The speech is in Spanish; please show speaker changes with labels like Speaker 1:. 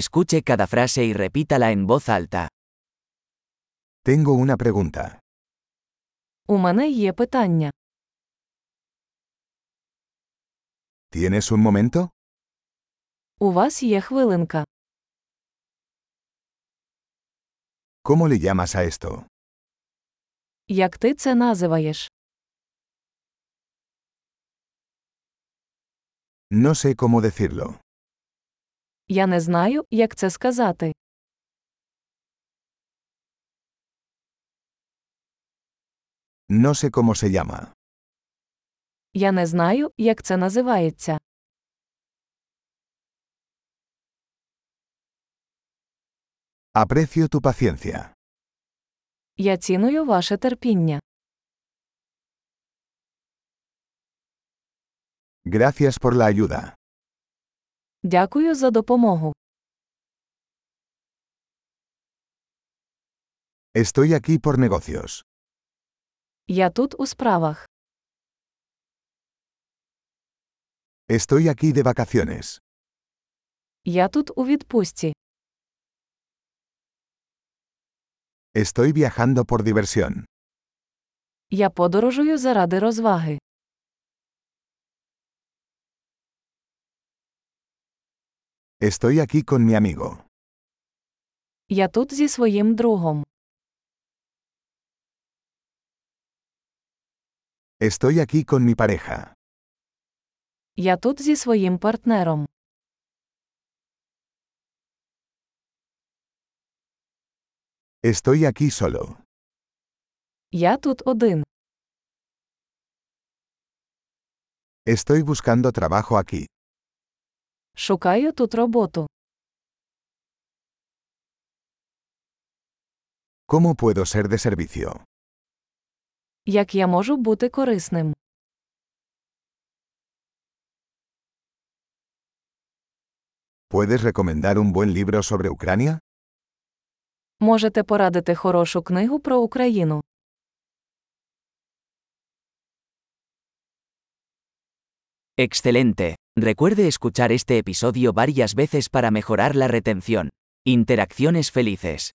Speaker 1: Escuche cada frase y repítala en voz alta.
Speaker 2: Tengo una pregunta.
Speaker 3: У мене є питання.
Speaker 2: ¿Tienes un momento?
Speaker 3: У вас є хвилинка.
Speaker 2: ¿Cómo le llamas a esto?
Speaker 3: Як ти це називаєш?
Speaker 2: No sé cómo decirlo.
Speaker 3: Я не знаю, як це сказати.
Speaker 2: No sé cómo se llama.
Speaker 3: Я не знаю, як це називається.
Speaker 2: Aprecio tu paciencia.
Speaker 3: Я ціную ваше терпіння.
Speaker 2: Gracias por la ayuda.
Speaker 3: Дякую за допомогу.
Speaker 2: Estoy aquí por negocios.
Speaker 3: Я тут у справах.
Speaker 2: Estoy aquí de vacaciones.
Speaker 3: Я тут у відпустці.
Speaker 2: Estoy viajando por diversión.
Speaker 3: Я подорожую заради розваги.
Speaker 2: Estoy aquí con mi amigo.
Speaker 3: Я тут зі своїм другом.
Speaker 2: Estoy aquí con mi pareja.
Speaker 3: Я тут зі своїм партнером.
Speaker 2: Estoy aquí solo.
Speaker 3: Я тут один.
Speaker 2: Estoy buscando trabajo aquí.
Speaker 3: Шукаю тут роботу.
Speaker 2: ¿Cómo puedo ser de servicio?
Speaker 3: Як я можу бути корисним?
Speaker 2: ¿Puedes recomendar un buen libro sobre Ucrania?
Speaker 3: Можете порадити хорошу книгу про Україну.
Speaker 1: Excelente. Recuerde escuchar este episodio varias veces para mejorar la retención. Interacciones felices.